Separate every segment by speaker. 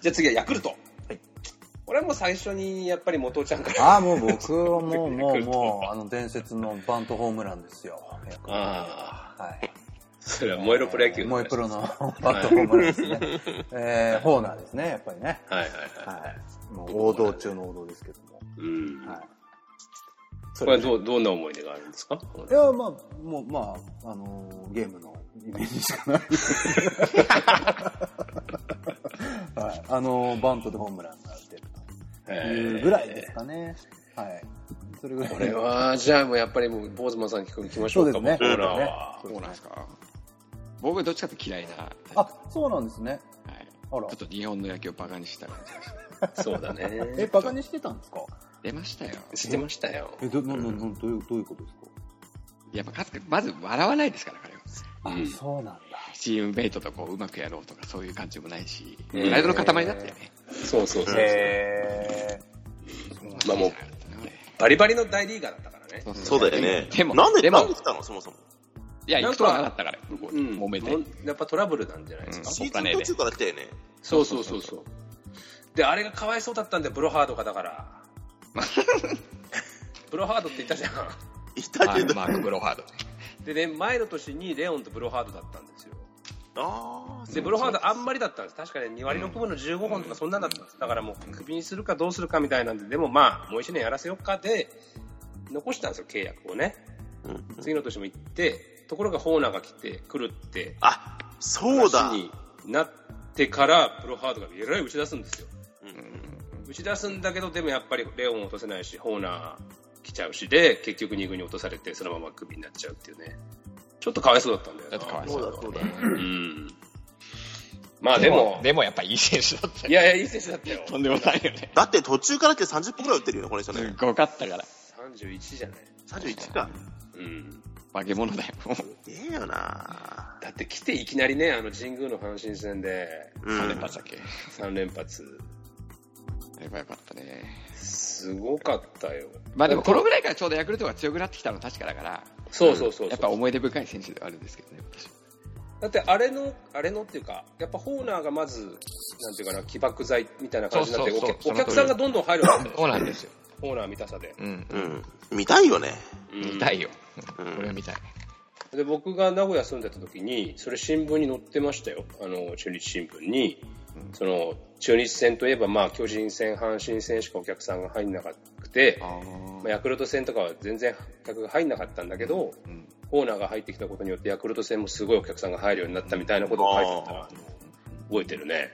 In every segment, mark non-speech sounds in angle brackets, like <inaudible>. Speaker 1: じゃあ次はヤクルト。
Speaker 2: はい
Speaker 1: これはもう最初にやっぱり元尾ちゃんから。
Speaker 2: ああ、もう僕はもう、も
Speaker 1: ヤクル
Speaker 2: う、
Speaker 1: ト
Speaker 2: もう、あの伝説のバントホームランですよ。ヤクルト
Speaker 1: あ
Speaker 2: はい。
Speaker 1: それは燃えろプロ野球の
Speaker 2: モ
Speaker 1: 話
Speaker 2: エプロのバントホームラ
Speaker 1: <laughs>
Speaker 2: ンですね。えー、ホーナーですね、やっぱりね。
Speaker 1: はいはいはい。
Speaker 2: はい。もう王道中の王道ですけども。
Speaker 1: うん。
Speaker 2: はい。
Speaker 1: こ
Speaker 2: そ
Speaker 1: れは
Speaker 2: で
Speaker 1: どう、どんな思い出があるんですか
Speaker 2: いや、まあ、もう、まあ、あのーゲームのイメージし
Speaker 1: <laughs>
Speaker 2: かない。はい。あのーバントでホームランが出る
Speaker 1: え
Speaker 2: と
Speaker 1: ー
Speaker 2: いうぐらいですかね。はい。それぐらい。
Speaker 1: これは、じゃあもうやっぱりもう、坊主マンさんに聞きまし
Speaker 2: そ
Speaker 1: ょ
Speaker 2: う
Speaker 1: う
Speaker 2: で
Speaker 1: か、
Speaker 2: すね。
Speaker 1: もうコーナーは。
Speaker 2: そう
Speaker 3: そう
Speaker 2: ですね
Speaker 3: なんですか僕はどっちかって嫌いな、はい、ちょ
Speaker 2: あ、そうなんですね。あら
Speaker 3: っ。と日本の野球をバカにした感じがして
Speaker 1: そうだ
Speaker 3: <laughs>
Speaker 2: え、
Speaker 1: ね。
Speaker 2: バカにしてたんですか
Speaker 3: 出ましたよ。
Speaker 1: 知ってましたよ。
Speaker 2: え、ど、な、な、な、どういう、どういうことですか
Speaker 3: やっぱかつて、まず笑わないですから、彼は。
Speaker 2: あ、
Speaker 1: うん
Speaker 2: そうなんだ。
Speaker 3: チームメイトとこう、うまくやろうとか、そういう感じもないし、
Speaker 1: え
Speaker 3: プ
Speaker 1: ー
Speaker 3: ライドの塊だったよね。
Speaker 1: そうそうそう。
Speaker 2: へ
Speaker 1: まあもうバリバリの大リーガーだったからね。
Speaker 3: そう
Speaker 4: そうだよね。
Speaker 3: でも、
Speaker 4: なんで、
Speaker 3: で
Speaker 4: なん
Speaker 3: も
Speaker 4: で、来たのそもそも。
Speaker 3: いや、
Speaker 1: なんか
Speaker 3: 行くとはなかったから、向こう
Speaker 1: うん。
Speaker 3: 揉めて。
Speaker 1: もやっぱトラブルなんじゃないですか。
Speaker 3: うん
Speaker 4: シーズン途中から来たよね。
Speaker 1: そうそうそうそう。で、あれがかわいそうだったんだよ、ブロハードがだ <laughs> から。ブロハードって言ったじゃん。
Speaker 4: いた
Speaker 3: は
Speaker 4: け
Speaker 3: い
Speaker 4: ど。
Speaker 3: マーク・ブロハードね。
Speaker 1: でね、前の年にレオンとブロハードだったんですよ。
Speaker 4: あー
Speaker 1: で、ブロハードあんまりだったんです。確かね、2割6分の15本とかそんなんだったんです。だからもう、クビにするかどうするかみたいなんで、でもまあ、もう1年やらせようかで、残したんですよ、契約をね。
Speaker 4: うん
Speaker 1: 次の年も行って、ところがホーナーが来て、来るって、
Speaker 4: あ、そうだ。
Speaker 1: 話になってから、ブロハードがえらい打ち出すんですよ。打ち出すんだけど、でもやっぱりレオンを落とせないし、ホーナー来ちゃうしで、結局2軍に落とされて、そのままクビになっちゃうっていうね。ちょっとかわいそうだったんだよ
Speaker 3: ちょ
Speaker 1: な。
Speaker 3: っとかわい
Speaker 4: そ
Speaker 3: そうう
Speaker 4: だ、
Speaker 3: だ
Speaker 4: そ
Speaker 3: よ
Speaker 4: うだ
Speaker 3: ね。。
Speaker 1: うん。まあでも、
Speaker 3: でもやっぱいい選手だった
Speaker 1: い
Speaker 3: よ。
Speaker 1: やいや、いい選手だったよ。
Speaker 3: とんでもないよね。
Speaker 4: だって途中から来て30分くらい打ってるよね、この人
Speaker 3: す
Speaker 4: ね。
Speaker 3: ごかったから。
Speaker 1: 31じゃない
Speaker 4: 31か。
Speaker 1: うん。
Speaker 3: 化け物だよ。もう
Speaker 4: ええよな
Speaker 1: だって来ていきなりね、あの神宮の阪神戦で
Speaker 4: う
Speaker 3: 三連
Speaker 4: ん。
Speaker 3: 発だっけ。
Speaker 1: 3連 <laughs> 発、
Speaker 3: やっぱよかったね。
Speaker 1: すごかったよ。
Speaker 3: まあでも、このぐらいからちょうどヤクルトが強くなってきたのは確かだから、
Speaker 1: そうそうそうそう。
Speaker 3: やっぱ思い出深い選手ではあるんですけどね、私
Speaker 1: だってあれの、あれのっていうか、やっぱホーナーがまず、なんていうかな、起爆剤みたいな感じになって、
Speaker 3: そうそうそう
Speaker 1: お客お
Speaker 3: その通
Speaker 1: 客
Speaker 3: り
Speaker 1: さんがどんどん入るわけですよ
Speaker 3: そうなんですよ。
Speaker 1: ホーナー見たさで。
Speaker 3: うん。
Speaker 4: うん。見たいよね。
Speaker 3: 見たいよ。
Speaker 4: う
Speaker 3: こ
Speaker 4: ん
Speaker 3: れは見たい。
Speaker 1: で、僕が名古屋住んでた時に、それ新聞に載ってましたよ。あの、中日新聞に。その、中日戦といえば、まあ、巨人戦、阪神戦しかお客さんが入んなくて、まあ、ヤクルト戦とかは全然客が入んなかったんだけど、
Speaker 3: ん
Speaker 1: ホーナーが入ってきたことによって、ヤクルト戦もすごいお客さんが入るようになったみたいなことを書いてあったら、覚えてるね。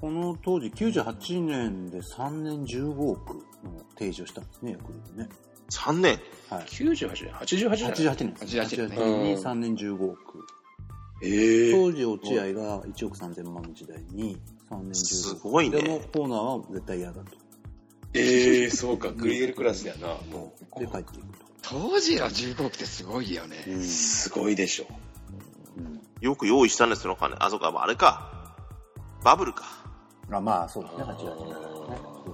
Speaker 2: この当時、98年で3年15億の提示をしたんですね、ヤクルトね。
Speaker 4: 3年。
Speaker 2: はい。
Speaker 1: 98年 ?88 年
Speaker 2: 88年ですね。
Speaker 3: 88
Speaker 2: 88
Speaker 3: 年
Speaker 2: 年に
Speaker 1: うん
Speaker 2: 3年15億。
Speaker 1: え
Speaker 2: 当時、落合が1億3000万の時代に3年15億。
Speaker 4: すごいね
Speaker 2: でも、コーナーは絶対嫌だと。
Speaker 1: ええそうか、グリエルクラスやな。も
Speaker 2: で、帰っていくと。
Speaker 3: 当時の15億ってすごいよね。
Speaker 1: う、すごいでしょ。
Speaker 4: よく用意したんですよ、その金。あ、そうか、まああれか。バブルか。
Speaker 2: あまあ、そうですね、88年だからね。そうそう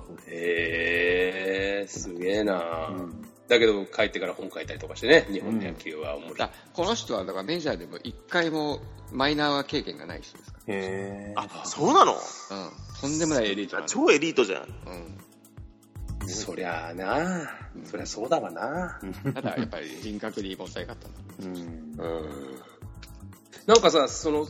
Speaker 2: そう
Speaker 1: ええすげえな、
Speaker 2: うん
Speaker 1: だけど、帰ってから本書いたりとかしてね、日本の野球は面白
Speaker 3: だ
Speaker 1: い。
Speaker 3: この人は、だからメジャーでも一回もマイナー経験がない人ですか
Speaker 2: へー。
Speaker 4: あ、そうな
Speaker 3: ら。
Speaker 4: の
Speaker 3: うん。とんでもないエリートなんだ
Speaker 4: 超エリートじゃん。
Speaker 1: そりゃあなそりゃそうだわな
Speaker 3: うん。ただ、やっぱり人格に凡才があったんだ。
Speaker 2: うん。
Speaker 1: うん。なんかさ、その、う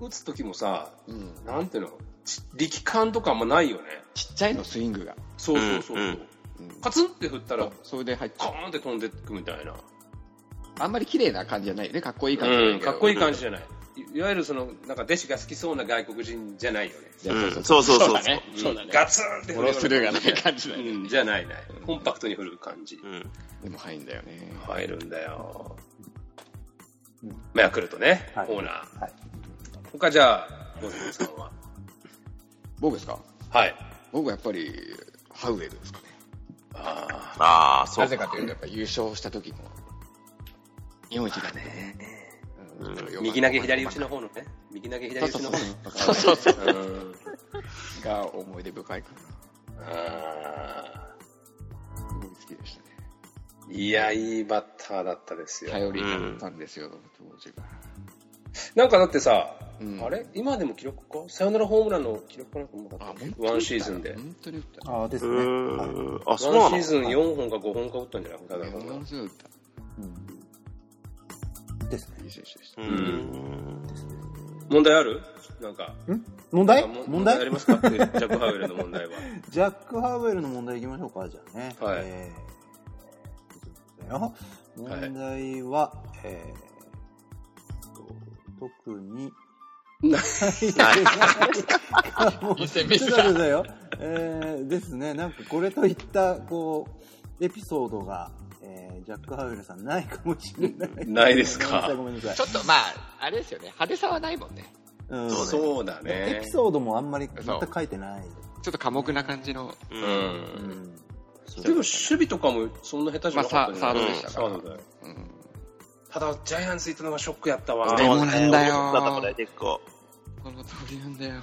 Speaker 1: 打つ時もさ、
Speaker 3: うん。
Speaker 1: なんていうの、ち力感とかあんまないよね。
Speaker 3: ちっちゃいの、スイングが。
Speaker 1: そうそうそうそう。
Speaker 4: うん
Speaker 3: うん
Speaker 1: カツンって振ったら、
Speaker 3: それで入っち
Speaker 1: コ
Speaker 3: ゃう
Speaker 1: ーンって飛んでっくみたいな。
Speaker 3: あんまり綺麗な感じじゃないよね。かっこいい感じじゃな
Speaker 1: う
Speaker 3: い
Speaker 1: ん、
Speaker 3: けど。
Speaker 1: かっこいい感じじゃない。いいわゆるその、なんか弟子が好きそうな外国人じゃないよね。
Speaker 3: じゃあ。
Speaker 4: うんそうそうそう
Speaker 3: だね。そうだね。
Speaker 1: ガツンって
Speaker 3: フォロースルーがない
Speaker 1: じ。
Speaker 3: 感じだよね。
Speaker 1: うん、じゃないない。コンパクトに振る感じ
Speaker 4: う。ん。
Speaker 3: でも入んだよね。
Speaker 1: 入るんだよ。
Speaker 2: うん
Speaker 1: まあ、ヤクルトね、
Speaker 2: はい
Speaker 1: オーナー。
Speaker 2: はい。
Speaker 1: 他じゃあ、ボスさんは。
Speaker 3: 僕ですか
Speaker 1: はい。
Speaker 3: 僕はやっぱり、ハウエルですかね。
Speaker 1: あ
Speaker 4: ああ、そ
Speaker 3: な
Speaker 4: う
Speaker 3: ぜ。かというと、やっぱ優勝した時の、日本一だね。
Speaker 1: あ、右投げ左打ちの方のね。右投げ左打ちの方
Speaker 3: そうそうそう。
Speaker 1: の。うん。
Speaker 3: が思い出深いかな。
Speaker 1: あ
Speaker 3: すごい好きでしたね。
Speaker 1: ーいや、いいバッターだったですよ。
Speaker 3: 頼りになったんですよ、当時が。
Speaker 1: なんかだってさ、
Speaker 3: うん
Speaker 1: あれ今でも記録かサヨナラホームランの記録かなんかもなかったっけワンシーズンで。
Speaker 3: 本当に打った。
Speaker 2: ああ、で
Speaker 4: う
Speaker 2: すね。はい
Speaker 4: ーん。あ、そう
Speaker 1: ワンシ
Speaker 4: な
Speaker 1: ー
Speaker 4: の
Speaker 1: ズン4本か5本か打ったんじゃない
Speaker 3: 本
Speaker 1: か
Speaker 3: 当に打った。
Speaker 2: うんですね。
Speaker 3: いい選手でし
Speaker 4: う
Speaker 3: た。
Speaker 4: ーん。
Speaker 1: 問題あるなんか。
Speaker 2: 問題
Speaker 1: なんかも
Speaker 2: 問
Speaker 1: あり
Speaker 2: 題
Speaker 1: ます
Speaker 2: <laughs>
Speaker 1: かジャック・ハウエルの問題は。
Speaker 2: ジャック・ハーウェルの問題いきましょうか、じゃあね。
Speaker 1: はい
Speaker 2: えーそうですよ問題は、えーと特
Speaker 1: <laughs>
Speaker 2: に、
Speaker 1: な
Speaker 2: ないもう
Speaker 5: いい
Speaker 2: ちょ
Speaker 5: 線
Speaker 2: っ
Speaker 5: 見
Speaker 2: と
Speaker 5: せた
Speaker 2: 待ってくださいよ。 <laughs> えーですね、なんかこれといった、こう、エピソードが、えージャック・ハウエルさんないかもしれない。
Speaker 1: ないですか
Speaker 2: <laughs> ごめんなさい。
Speaker 5: ちょっとまあ、あれですよね。派手さはないもんね。
Speaker 2: うん
Speaker 1: そうだ
Speaker 2: エ
Speaker 1: ね
Speaker 2: ピ。ソードもあんまり全く書いてない。
Speaker 3: ちょっと寡黙な感じの、
Speaker 4: う。
Speaker 1: うん。
Speaker 2: うんん
Speaker 1: でも守備とかもそんな下手じゃなかったんじゃない
Speaker 3: まあ
Speaker 4: サ
Speaker 3: サード
Speaker 1: うんサ
Speaker 3: でしたから
Speaker 1: ードだよ
Speaker 3: うん、
Speaker 1: ただ、ジャイアンツ行ったのがショックやった
Speaker 4: あ
Speaker 1: わ
Speaker 3: で。もなんだよ
Speaker 4: だったこれ結構。
Speaker 3: この通りなんだよ。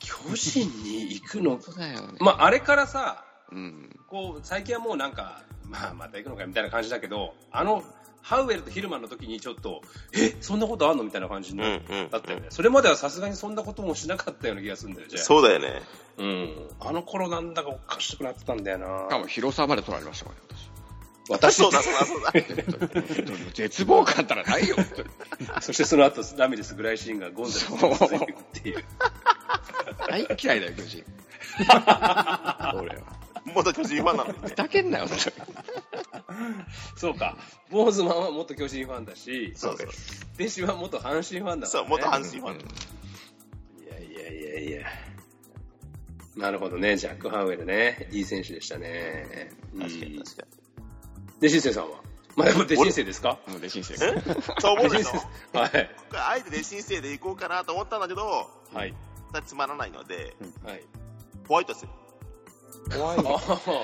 Speaker 1: 巨人に行くの
Speaker 3: 本当だよね。
Speaker 1: まあ、あれからさ、
Speaker 3: うん。
Speaker 1: こう、最近はもうなんか、まあ、また行くのかよみたいな感じだけど、あの、ハウエルとヒルマンの時にちょっと、え、そんなことあんのみたいな感じ
Speaker 4: う
Speaker 1: に
Speaker 4: ん
Speaker 1: なっ
Speaker 4: うん。
Speaker 1: たよね。それまではさすがにそんなこともしなかったような気がするんだよ、じゃあ。
Speaker 4: そうだよね。
Speaker 1: う。ん。あの頃なんだかおかしくなってたんだよ
Speaker 3: しか
Speaker 1: な
Speaker 3: も広さまで取られましたから、
Speaker 1: 私
Speaker 4: そう
Speaker 1: と
Speaker 4: だ、そうだ、そうだ。
Speaker 3: 私。本当に本当に <laughs> 絶望感ったらないよ、本当に。
Speaker 1: そしてその後、ラミレス、グライシーンがゴンザレスに続いていくっていう。
Speaker 3: 大嫌いだよ、巨
Speaker 2: <laughs>
Speaker 3: 人。俺は。
Speaker 4: 元巨人ファンなのにね
Speaker 3: ふ。ざけんなよ、本
Speaker 1: そうか。ボーズマンは元巨人ファンだし、
Speaker 4: そうそう。
Speaker 1: 電子は元阪神ファンだから、ね。
Speaker 4: そう、元阪神フ
Speaker 3: 当
Speaker 4: ァン
Speaker 3: に。。
Speaker 1: いやいやいやいや。なるほどね、ジャック・ハウエルね。いい選手でしたね。
Speaker 4: 確かに
Speaker 1: うん
Speaker 4: 確か
Speaker 1: で、新生さんはまあ、でも、で、新生ですか
Speaker 3: うん、で、新生。
Speaker 4: に。そう思うでしょ。
Speaker 1: はい。
Speaker 4: あえてで新生で行こうかなと思ったんだけど、
Speaker 1: はい。
Speaker 4: つまらないので、
Speaker 1: はい。
Speaker 4: ホワイトですよ。
Speaker 2: 怖い。
Speaker 1: あ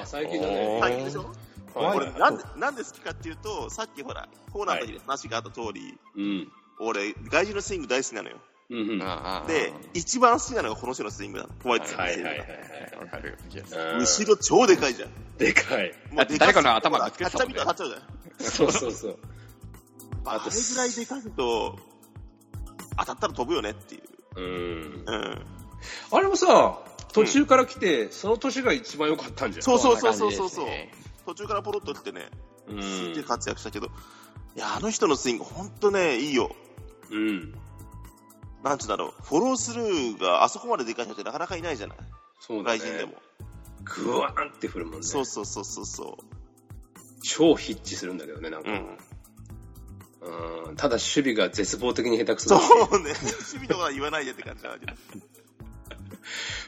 Speaker 1: あ、最近だね。
Speaker 4: 最近でしょ
Speaker 2: 怖い
Speaker 1: は
Speaker 4: これ
Speaker 1: い。
Speaker 4: なんで、なんで好きかっていうと、さっきほら、コーナーの時で話があった通り、
Speaker 1: うん。
Speaker 4: 俺、外人のスイング大好きなのよ。
Speaker 1: うんうん。は
Speaker 3: ああ
Speaker 4: で、一番好きなのがこの人のスイングなの。ホワイト
Speaker 1: い
Speaker 4: さんの
Speaker 1: は
Speaker 4: スイ
Speaker 1: い
Speaker 4: ング
Speaker 1: はい
Speaker 4: が。
Speaker 1: はい。
Speaker 3: わかるよ。いや
Speaker 1: うん
Speaker 4: 後ろ超でかいじゃん。
Speaker 1: でかい。
Speaker 4: もうでか
Speaker 3: 誰かの頭が
Speaker 4: が
Speaker 3: つ
Speaker 4: く
Speaker 3: け
Speaker 4: って
Speaker 3: たもん
Speaker 4: み
Speaker 3: ね
Speaker 4: たら当たっちゃうじ
Speaker 1: そうそうそう。
Speaker 4: ゃん。あれぐらいでかいと、当たったら飛ぶよねっていう。
Speaker 1: <laughs> うん。
Speaker 4: うん。
Speaker 1: あれもさ、途中から来て、その年が一番良かったんじゃん。
Speaker 4: そうそうそう
Speaker 3: そ
Speaker 4: そ
Speaker 3: ん
Speaker 4: う
Speaker 3: な感
Speaker 4: そう
Speaker 3: じですね
Speaker 4: 途中からポロッと来てね、
Speaker 1: う
Speaker 4: すげえ
Speaker 1: ん。
Speaker 4: 活躍したけど、いや、あの人のスイングほんとね、いいよ。
Speaker 1: うん。
Speaker 4: なんつうんだろう、フォロースルーがあそこまででかい人ってなかなかいないじゃない
Speaker 1: そうだね。
Speaker 4: 外人でも。。
Speaker 1: グワーンって振るもんね。
Speaker 4: そうそうそうそうそ
Speaker 1: 超ヒッチするんだけどね、なん
Speaker 4: う。う
Speaker 1: か。
Speaker 4: ん。
Speaker 1: うんただ守備が絶望的に下手くそ
Speaker 4: そ
Speaker 1: だ
Speaker 4: うね。趣味とかは言わないでって感じなんだけど。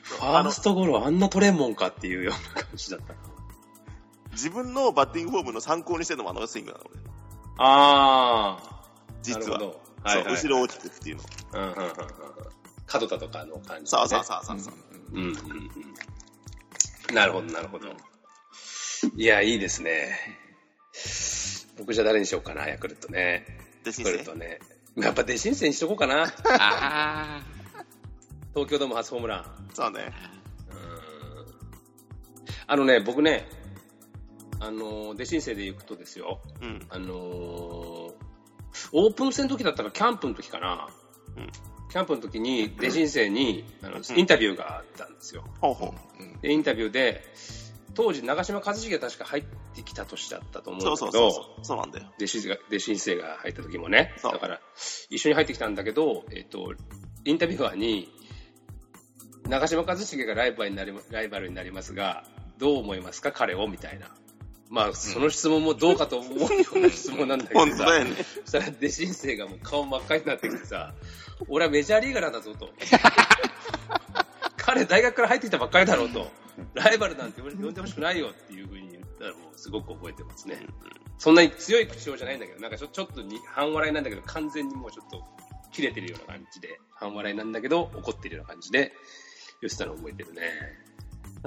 Speaker 1: ファーストゴロあんな取れんもんかっていうような感じだった。
Speaker 4: 自分のバッティングフォームの参考にしてるのもあのスイングなの、俺。
Speaker 1: あ
Speaker 4: 実は。
Speaker 1: なる
Speaker 4: そ
Speaker 1: ほ
Speaker 4: う
Speaker 1: どはいはいはい
Speaker 4: 後ろ大きくっていうの。
Speaker 1: あ。うんうんうんうんうん。角田とかの感じ、ね。
Speaker 4: さあさあさあさあさ
Speaker 1: うんうんうん。なるほど、なるほど。いや、いいですね。僕じゃ誰にしようかな、ヤクルトね。
Speaker 4: あ。で、
Speaker 1: ヤ
Speaker 4: 新
Speaker 1: ク
Speaker 4: 生
Speaker 1: ルトね。やっぱデシンセにしとこうかな。
Speaker 3: あ
Speaker 1: 東京ドーム初ホームラン。
Speaker 4: そうね。
Speaker 1: あのね、僕ね、あの、デシンセで行くとですよ。
Speaker 4: うん。
Speaker 1: あのーオープン戦の時だったか、キャンプの時かな、
Speaker 4: うん
Speaker 1: キャンプの時に、出人生に、あのインタビューがあったんですよ。
Speaker 4: ほうほ
Speaker 1: で、インタビューで、当時、長嶋一茂が確か入ってきた年だったと思
Speaker 4: う。
Speaker 1: うんだ
Speaker 4: そ
Speaker 1: けど、
Speaker 4: うそうそうそう。そうなんだよ。
Speaker 1: 弟子が、弟子生が入った時もね。
Speaker 4: そう
Speaker 1: だから、一緒に入ってきたんだけど、えっ、と、インタビュアーに、長嶋一茂がライバルになりま、ライバルになりますが、どう思いますか彼をみたいな。まあ、その質問もどうかと思うような質問なんだけど
Speaker 4: 本当
Speaker 1: さ
Speaker 4: だよね。
Speaker 1: そしたら、弟子生がもう顔真っ赤になってきてさ、俺はメジャーリーガーなんだぞと。彼、大学から入ってきたばっかりだろうと。ライバルなんて呼んでほしくないよっていうふうに言ったら、もうすごく覚えてますね。そんなに強い口調じゃないんだけど、なんかちょちょっとに半笑いなんだけど、完全にもうちょっと切れてるような感じで、半笑いなんだけど、怒ってるような感じで、言ってたの覚えてるね。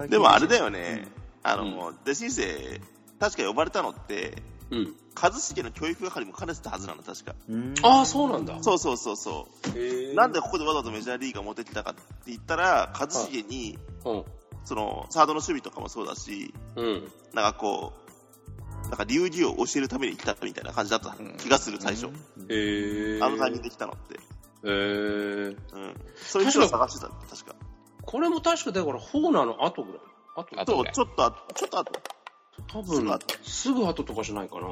Speaker 4: でもあれ
Speaker 2: で
Speaker 4: だよね。あの、で、新生、確か呼ばれたのって、
Speaker 1: うん。
Speaker 4: 一茂の教育係も兼ねてたはずなの、確か。
Speaker 1: ああ、そうなんだ。
Speaker 4: そうそうそうそう。
Speaker 1: へえ
Speaker 4: なんでここでわざわざメジャーリーガー持ってきたかって言ったら、一茂に、
Speaker 1: うん。
Speaker 4: その、サードの守備とかもそうだし、
Speaker 1: うん。
Speaker 4: なんかこう、なんか流儀を教えるために来たみたいな感じだった気がする、最初。
Speaker 1: へえ
Speaker 4: あのタイミングで来たのって。
Speaker 1: えー、
Speaker 4: うん。そういう人を探してたんだ確か。
Speaker 1: これも確かだからホーナーの後ぐらい。あと
Speaker 5: あ
Speaker 4: そ
Speaker 5: と
Speaker 4: う、ちょっとあと、ちょっとあと。
Speaker 1: 多
Speaker 4: すぐ
Speaker 1: 分
Speaker 4: 後
Speaker 1: すぐ後とかじゃないかな。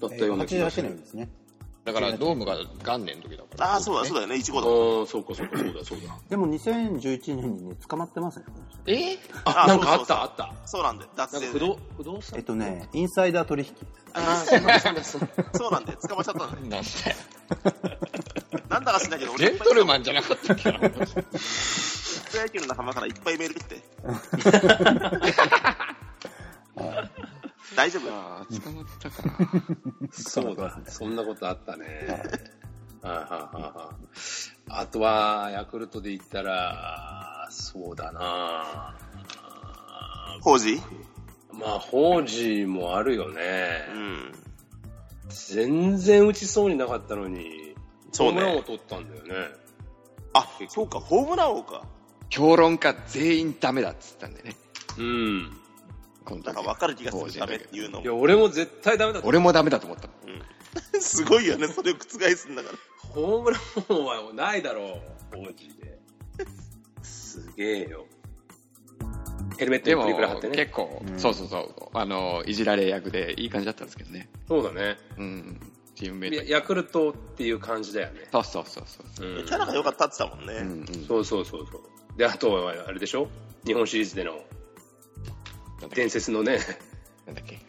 Speaker 1: だったような気がす
Speaker 2: 88
Speaker 1: る。
Speaker 2: 年ですね。
Speaker 5: だからドームが元年の時だから。
Speaker 4: ああ、そうだ、そうだよね、いちごだ。
Speaker 1: ああ、そうかそうかそうだそうだ。
Speaker 2: でも2011年にね、捕まってますね、この人。
Speaker 5: えー
Speaker 1: あ、
Speaker 4: あ
Speaker 1: なんかあ
Speaker 4: そ
Speaker 1: っ
Speaker 4: うそうそう
Speaker 1: たあった。
Speaker 4: そうなんで、脱
Speaker 1: なんか
Speaker 4: 税
Speaker 1: 不
Speaker 4: で。
Speaker 1: 動不動産
Speaker 2: えっとね、インサイダー取引。
Speaker 1: ああ、そうだそうだそうだ。
Speaker 4: そうなんで、捕まっちゃったん
Speaker 1: <laughs>
Speaker 4: だね。
Speaker 5: なんだよ。
Speaker 4: なんだかしないけど、
Speaker 5: ジ
Speaker 4: 俺
Speaker 5: ェントルマンじゃなかったっけな。
Speaker 4: プロ野球の仲間からいっぱいメール来 <laughs> て。大丈夫
Speaker 3: ああ、捕まったかな。
Speaker 1: そうだ、そんなことあったね。はいはいはいはい。あとは、ヤクルトで言ったら、そうだな
Speaker 4: コージー
Speaker 1: まあ、法事もあるよね。
Speaker 4: うん。
Speaker 1: 全然打ちそうになかったのに、
Speaker 4: そう
Speaker 1: ホ
Speaker 4: ね
Speaker 1: ームランを取ったんだよね。
Speaker 4: あ、そうか、ホームラン王か。
Speaker 3: 評論家全員ダメだっつったんでね。
Speaker 1: うん。
Speaker 3: 今度
Speaker 4: なんか分かる気がする、ダメっていうの
Speaker 1: いや、
Speaker 4: も。
Speaker 1: 俺も絶対ダメだった。
Speaker 3: 俺もダメだと思ったもん。
Speaker 4: <laughs> すごいよね、それを覆すんだから。
Speaker 1: ホームラン王はないだろう、法事で。すげえよ。ヘルメット
Speaker 3: で
Speaker 1: に
Speaker 3: も、
Speaker 1: プリクラ貼ってね。
Speaker 3: 結構、
Speaker 2: うん
Speaker 3: そうそうそう、あの、いじられ役でいい感じだったんですけどね。
Speaker 1: そうだね。
Speaker 3: うん。チームメイト
Speaker 1: や
Speaker 3: に。
Speaker 1: ヤクルトっていう感じだよね。
Speaker 3: そうそうそうそう。
Speaker 1: うん
Speaker 4: キャラが良かったって言ってたもんね。
Speaker 3: うんうん。
Speaker 1: そうそうそうそう。で、あとはあれでしょ日本シリーズでの
Speaker 3: なんだっけ
Speaker 1: 伝説のね、
Speaker 3: なんだっけ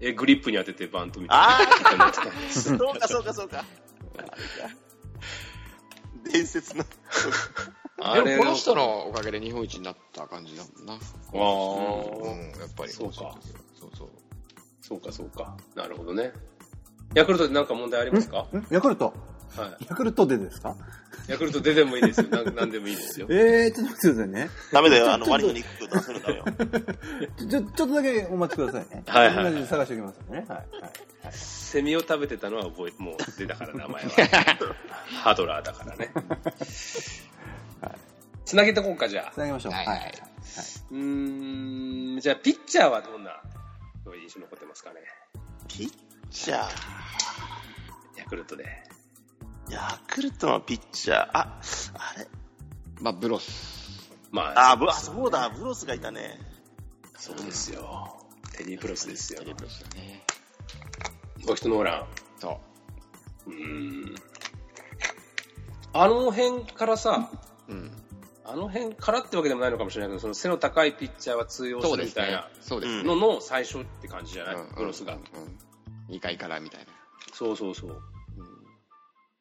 Speaker 1: えグリップに当ててバントみたいな。
Speaker 4: あ
Speaker 1: やってたや
Speaker 4: あ、
Speaker 1: つ
Speaker 4: そうか、そうか、そうか。伝説の。
Speaker 1: あ
Speaker 5: で
Speaker 1: れ
Speaker 5: もこの人のおかげで日本一になった感じだもんな。
Speaker 1: あー
Speaker 5: うん、やっぱり。
Speaker 1: そうか。
Speaker 5: そうそう。
Speaker 1: そうかそうか。なるほどね。ヤクルトで何か問題ありますか
Speaker 2: んヤクルト
Speaker 1: は
Speaker 2: ヤクルトでですか
Speaker 1: い。ヤクルト出てもいいですよ。なん <laughs> なんでもいいですよ。
Speaker 2: えー、ちょっと待ってくださいね。
Speaker 4: ダメだよ、あの、割りの肉食うと出せるんだよ。
Speaker 2: ちょ、ちょちょっとだけお待ちくださいね。
Speaker 1: はいはいはい
Speaker 2: 同じ探しておきますんでね。はい。はい。
Speaker 1: セミを食べてたのは覚え、もう出たから名
Speaker 5: <laughs>
Speaker 1: 前は。ハドラーだからね。つなげとこうか、じゃあ
Speaker 2: つ。なげましょう。
Speaker 5: は
Speaker 2: はいい。
Speaker 5: はい
Speaker 2: はいう
Speaker 1: ーん、じゃあピッチャーはどんなの印象に残ってますかね。
Speaker 4: ピッチャー。
Speaker 1: ヤクルトで。
Speaker 4: ヤクルトのピッチャー。あ、あれ
Speaker 3: まあ、ブロス。
Speaker 1: まあ、
Speaker 4: あ、ブあそうだ、ブロスがいたね。
Speaker 1: そうですよ。テリー・プロスですよ。
Speaker 3: ブロスだね。
Speaker 1: 僕とノーラン。
Speaker 3: そう。
Speaker 1: うーん。あの辺からさ、
Speaker 3: うん。
Speaker 1: あの辺からってわけでもないのかもしれないけど、その背の高いピッチャーは通用
Speaker 3: そ
Speaker 1: す
Speaker 3: う
Speaker 1: る
Speaker 3: で
Speaker 1: み
Speaker 3: す
Speaker 1: たい
Speaker 3: ね
Speaker 1: な。
Speaker 3: そうですね。
Speaker 1: のの最初って感じじゃない、
Speaker 3: うんうん
Speaker 1: プロスが。
Speaker 3: うん。2回からみたいな。
Speaker 1: そうそうそう。
Speaker 3: うん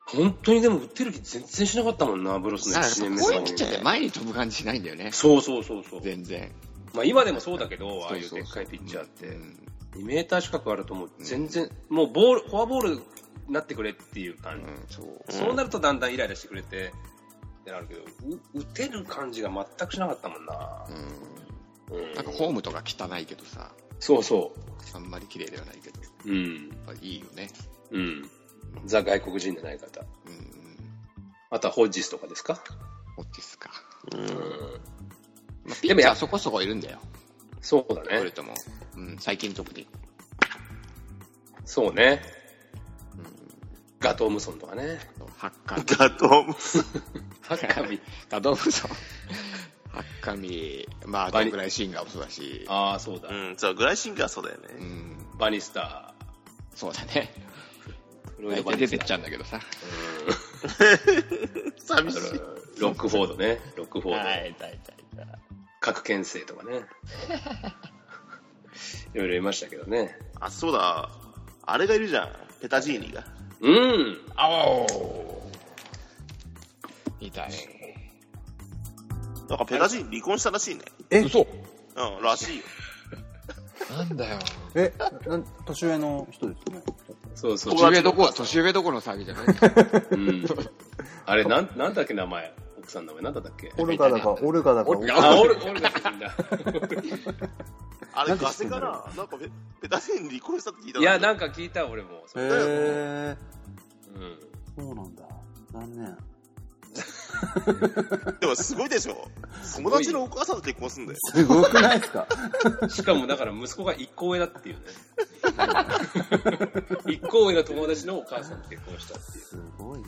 Speaker 1: 本当にでも打ってる気全然しなかったもんな、ブロスの
Speaker 3: なんか
Speaker 1: 1
Speaker 3: そう
Speaker 1: 年目
Speaker 3: こうい
Speaker 1: と
Speaker 3: う
Speaker 1: か
Speaker 3: ピ
Speaker 1: に
Speaker 3: ッチャーって前に飛ぶ感じしないんだよね。
Speaker 1: そうそうそうそう。
Speaker 3: 全然。
Speaker 1: まあ、今でもそうだけど、ああい
Speaker 3: そ
Speaker 1: う
Speaker 3: うそう
Speaker 1: でっ
Speaker 3: そ
Speaker 1: か
Speaker 3: う
Speaker 1: いピッチャーって、
Speaker 3: うん
Speaker 1: 2メーター近くあるともう全然、もうボール、フォアボールになってくれっていう感じ。
Speaker 3: うん、そう。
Speaker 1: そうなるとだんだんイライラしてくれて、ってなるけど、う打てる感じが全くしなかったもんな。
Speaker 3: う
Speaker 1: うん
Speaker 3: ん。なんかホームとか汚いけどさ、
Speaker 1: そうそ
Speaker 3: あんまり綺麗ではないけど、や
Speaker 1: う。うん。
Speaker 3: っぱいいよね。
Speaker 1: うん。ザ外国人じゃない方。
Speaker 3: うんうん。
Speaker 1: あとはホッジスとかですか
Speaker 3: オッチスか。
Speaker 4: うん。
Speaker 3: まあ、ピッチャーそこそこいるんだよ。
Speaker 1: そうだ
Speaker 3: それ
Speaker 1: ね。
Speaker 3: とも。うん、最近特に。
Speaker 1: そうね。ガトームソンとかね。
Speaker 3: ハッカミ。
Speaker 4: ガトー
Speaker 1: ハッカミ。
Speaker 3: ガドム <laughs> ソン。ハッカミ。まあ、どんぐらいシンガーもそうだし。
Speaker 1: ああ、そうだ。
Speaker 4: うん、そう、グライシンガーそうだよ
Speaker 3: う
Speaker 4: ね。
Speaker 3: ん。
Speaker 1: バニスタ
Speaker 3: そうだね。
Speaker 1: ー。フロイド
Speaker 3: 大
Speaker 1: バ
Speaker 3: 体
Speaker 1: ニ
Speaker 3: 出
Speaker 1: ス
Speaker 3: てっ
Speaker 1: ター
Speaker 3: ちゃうんだけどさ。
Speaker 1: <laughs>
Speaker 4: 寂しい。
Speaker 1: ロックフォードね。ロックフォード。
Speaker 5: い、大体。
Speaker 1: 各県生とかね。 <laughs> いろいろいましたけどね。
Speaker 4: あ、そうだ。あれがいるじゃん。ペタジーニが。
Speaker 1: うん。あ
Speaker 5: いたね。
Speaker 4: なんかペタジーニ離婚したらしいね。
Speaker 2: え
Speaker 5: 嘘
Speaker 4: うん、らしいよ。
Speaker 5: なんだよ。
Speaker 2: え、なん年上の人ですね。
Speaker 1: そうそう。
Speaker 3: 年上ど <laughs> こは、年上どこの騒ぎじゃない
Speaker 1: うん。
Speaker 3: <laughs>
Speaker 1: あれ、なん、なんだっけ名前。奥さんの名前なんだったっけ
Speaker 2: オルガだか、オルガだか。
Speaker 3: 俺
Speaker 1: あ、
Speaker 3: が
Speaker 1: オル、オルガさんだ。
Speaker 3: <laughs>
Speaker 4: あ
Speaker 2: な
Speaker 4: れ、
Speaker 2: んで知
Speaker 4: ガ
Speaker 2: って
Speaker 4: セ
Speaker 2: ん
Speaker 4: か
Speaker 2: だろ
Speaker 4: ななんかペペタジーニ離婚したって聞いた
Speaker 1: いや、なん
Speaker 4: か
Speaker 1: か聞いた、俺も。
Speaker 2: へえー、
Speaker 1: うん。
Speaker 2: そうなんだ。残念。
Speaker 4: でもすごいでしょ。友達のお母さんと結婚すんだよ。
Speaker 2: すごくないですか
Speaker 1: しかも、だから息子が一個上だって
Speaker 3: <laughs>
Speaker 1: いうね。一個上の友達のお母さんと結婚したっていう。
Speaker 2: すごいな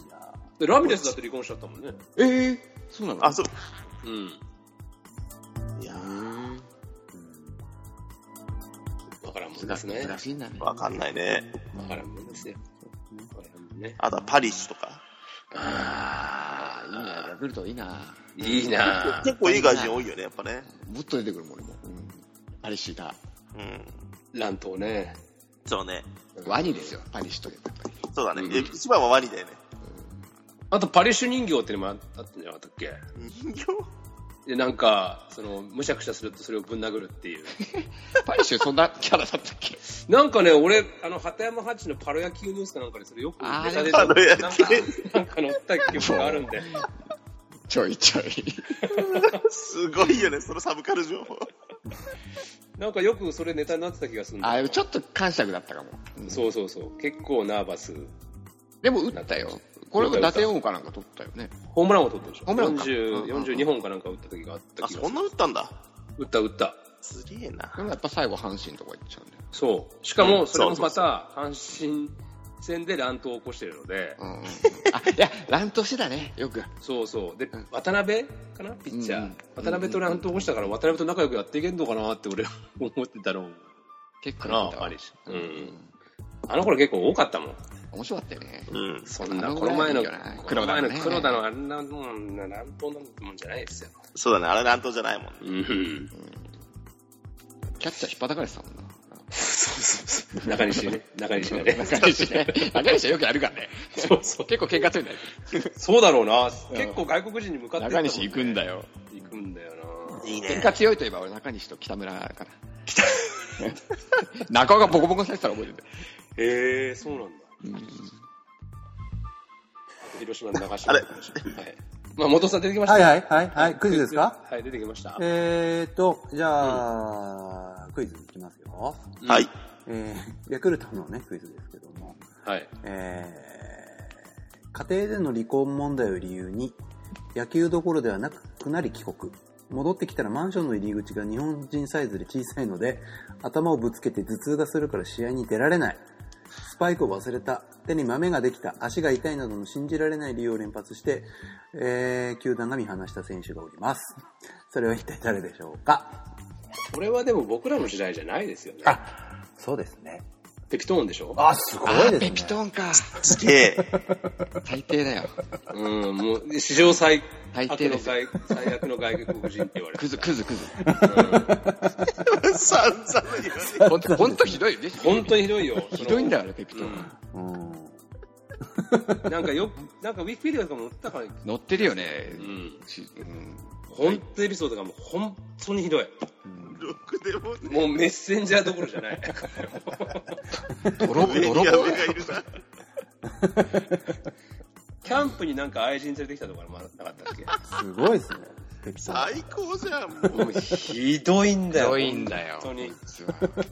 Speaker 1: でラミレスだって離婚しちゃったもんね。
Speaker 3: えー、そうなの
Speaker 4: あ、そう。
Speaker 1: うん。
Speaker 4: いや
Speaker 3: う
Speaker 4: ー
Speaker 3: ーん
Speaker 1: わからんもんですね。
Speaker 3: 難しいんだね。
Speaker 4: わかんないね。
Speaker 1: わからんもんですよ。わからんもんね。
Speaker 4: あとはパリッシュとか。
Speaker 3: ああ、いいな、ヤクルトいいな。
Speaker 1: いいなぁ
Speaker 4: 結構いい外人多いよね、やっぱね。
Speaker 3: もっと出てくるもん、俺も。うん。パリシーだ。
Speaker 4: うん。
Speaker 1: 乱闘ね。
Speaker 4: そうね。
Speaker 3: ワニですよ、パリシーと。やっぱり
Speaker 4: そうだね。え一番はワニだよね。
Speaker 1: あと、パリッシュ人形ってのもあったんじゃなかったっけ
Speaker 4: 人形
Speaker 1: で、なんか、その、むしゃくしゃするとそれをぶん殴るっていう。 <laughs>
Speaker 3: パリシーそんなキャラだったっけ
Speaker 1: なんかね、俺、あの、鳩山八のパロ野球ニュースかなんかでそれよく
Speaker 3: あー
Speaker 1: ネタで
Speaker 4: パロ野球
Speaker 1: なんか、なんか載った記憶があるんで。
Speaker 3: ちょいちょい。
Speaker 4: すごいよね、そのサブカル情報。
Speaker 1: なんかよくそれネタになってた気がするんだ
Speaker 3: <laughs> あーちょっと感触だったかも。
Speaker 1: そうそうそう。結構ナーバス。
Speaker 3: でも打ったよ。これも打点王かなんか取ったよね。
Speaker 1: ホームランを取ったでしょ。
Speaker 3: ホームランか
Speaker 1: 40
Speaker 3: うんうんうん
Speaker 1: 42本かなんか打った時があった
Speaker 4: あ、
Speaker 1: 気が
Speaker 4: そ
Speaker 1: す
Speaker 4: ん
Speaker 1: る。
Speaker 4: な打ったんだ。
Speaker 1: 打った打った。
Speaker 4: すげえな。
Speaker 3: でもやっぱ最後阪神とか行っちゃうんだよ。
Speaker 1: そう。しかも、それ
Speaker 4: うん
Speaker 1: も
Speaker 4: そう
Speaker 1: また、阪神戦で乱闘を起こしてるので、
Speaker 3: うんうんうん。あ、いや、乱闘してたね、よく。
Speaker 1: そうそう。で
Speaker 3: ん、
Speaker 1: 渡辺かなピッチャ
Speaker 3: う
Speaker 1: ー
Speaker 3: ん。
Speaker 1: 渡辺と乱闘を起こしたから、渡辺と仲良くやっていけんのかなって
Speaker 3: <laughs>
Speaker 1: 俺は思ってたの。
Speaker 3: 結構
Speaker 1: な
Speaker 3: 見
Speaker 1: あ、
Speaker 3: た
Speaker 1: パ
Speaker 3: わ
Speaker 1: リッシュ。
Speaker 3: う
Speaker 1: うん。
Speaker 3: うんん。
Speaker 1: あの頃結構多かったもん。
Speaker 3: 面白かったよね。
Speaker 4: うん。
Speaker 1: そんな、
Speaker 3: あの
Speaker 1: この前の
Speaker 3: ぐらいいいんじゃない、
Speaker 1: この前の
Speaker 3: 黒田のね
Speaker 1: 黒田のあんなもん、乱闘なんてもんじゃないですよ。
Speaker 4: そうだね、あれ乱闘じゃないもん。
Speaker 1: うん。
Speaker 3: キャッチャー引っ張かれてたもんな。
Speaker 1: 中西
Speaker 3: <laughs>
Speaker 1: ね。中西がね。
Speaker 3: 中西ね。 <laughs> 中西はよくやるからね。
Speaker 1: そうそう。
Speaker 3: 結構喧嘩強いんだよ。
Speaker 1: そうだろうな。結構外国人に向かってった
Speaker 3: 中
Speaker 1: もんね
Speaker 3: 西行くんだよ。
Speaker 1: 行くんだよな。
Speaker 4: いい
Speaker 3: 喧
Speaker 4: ね。
Speaker 3: 嘩強いといえば俺中西と北村かな。 <laughs> 中尾がボコボコにされてたら覚えてる。
Speaker 1: へえ、そうなんだ。広島の中島
Speaker 4: あれ
Speaker 1: はい。まあ、元さん出てきました。
Speaker 2: はいはいはいはい、クイズですか
Speaker 1: はい、出てきました。
Speaker 2: えーっと、じゃあ、クイズいきますよ。
Speaker 1: うん
Speaker 4: はい。。
Speaker 2: えー、ヤクルトのね、クイズですけども。
Speaker 1: はい。
Speaker 2: えー家庭での離婚問題を理由に野球どころではなくなり帰国戻ってきたらマンションの入り口が日本人サイズで小さいので頭をぶつけて頭痛がするから試合に出られないスパイクを忘れた手に豆ができた足が痛いなどの信じられない理由を連発して、えー球団が見放した選手がおりますそれは一体誰でしょうか
Speaker 1: これはでも僕らの時代じゃないですよね。
Speaker 2: あそうですね
Speaker 1: テピトーンでしょ
Speaker 2: あすごいですね
Speaker 3: ペピトーンか。
Speaker 4: すげえ。
Speaker 3: 最低だよ。
Speaker 1: うん、もう、史上最
Speaker 3: 最
Speaker 1: 悪
Speaker 3: 低
Speaker 1: の
Speaker 3: です
Speaker 1: 外、最悪の外国人って言われて
Speaker 3: <laughs> クズクズクズ。
Speaker 4: <laughs> 散々言わ
Speaker 3: ほ
Speaker 4: れて
Speaker 3: んとほんとひどいね。
Speaker 1: 本当にひどいよ。
Speaker 3: ひどいんだ
Speaker 1: よ。
Speaker 3: よね、ペピトーン。
Speaker 2: うん
Speaker 1: なんかよく、なんかウィキペディアとかも載ったから、
Speaker 3: 乗ってるよね
Speaker 1: う。ん。
Speaker 3: しうん
Speaker 1: 本当エピソードがもう本当にひどい。
Speaker 4: ろくでもね
Speaker 1: もうメッセンジャーどころじゃない。
Speaker 3: <laughs> 泥棒、
Speaker 4: 上
Speaker 3: 泥
Speaker 4: に
Speaker 3: 棒
Speaker 4: 上がいるな。
Speaker 1: キャンプになんか愛人連れてきたとかもなかったっけ
Speaker 2: すごいですねペピトーン
Speaker 4: 最高じゃん、 <laughs> もう。
Speaker 1: ひどいんだ
Speaker 3: ひ
Speaker 1: よ。
Speaker 3: どいんだよ。
Speaker 1: 本当に。
Speaker 3: 実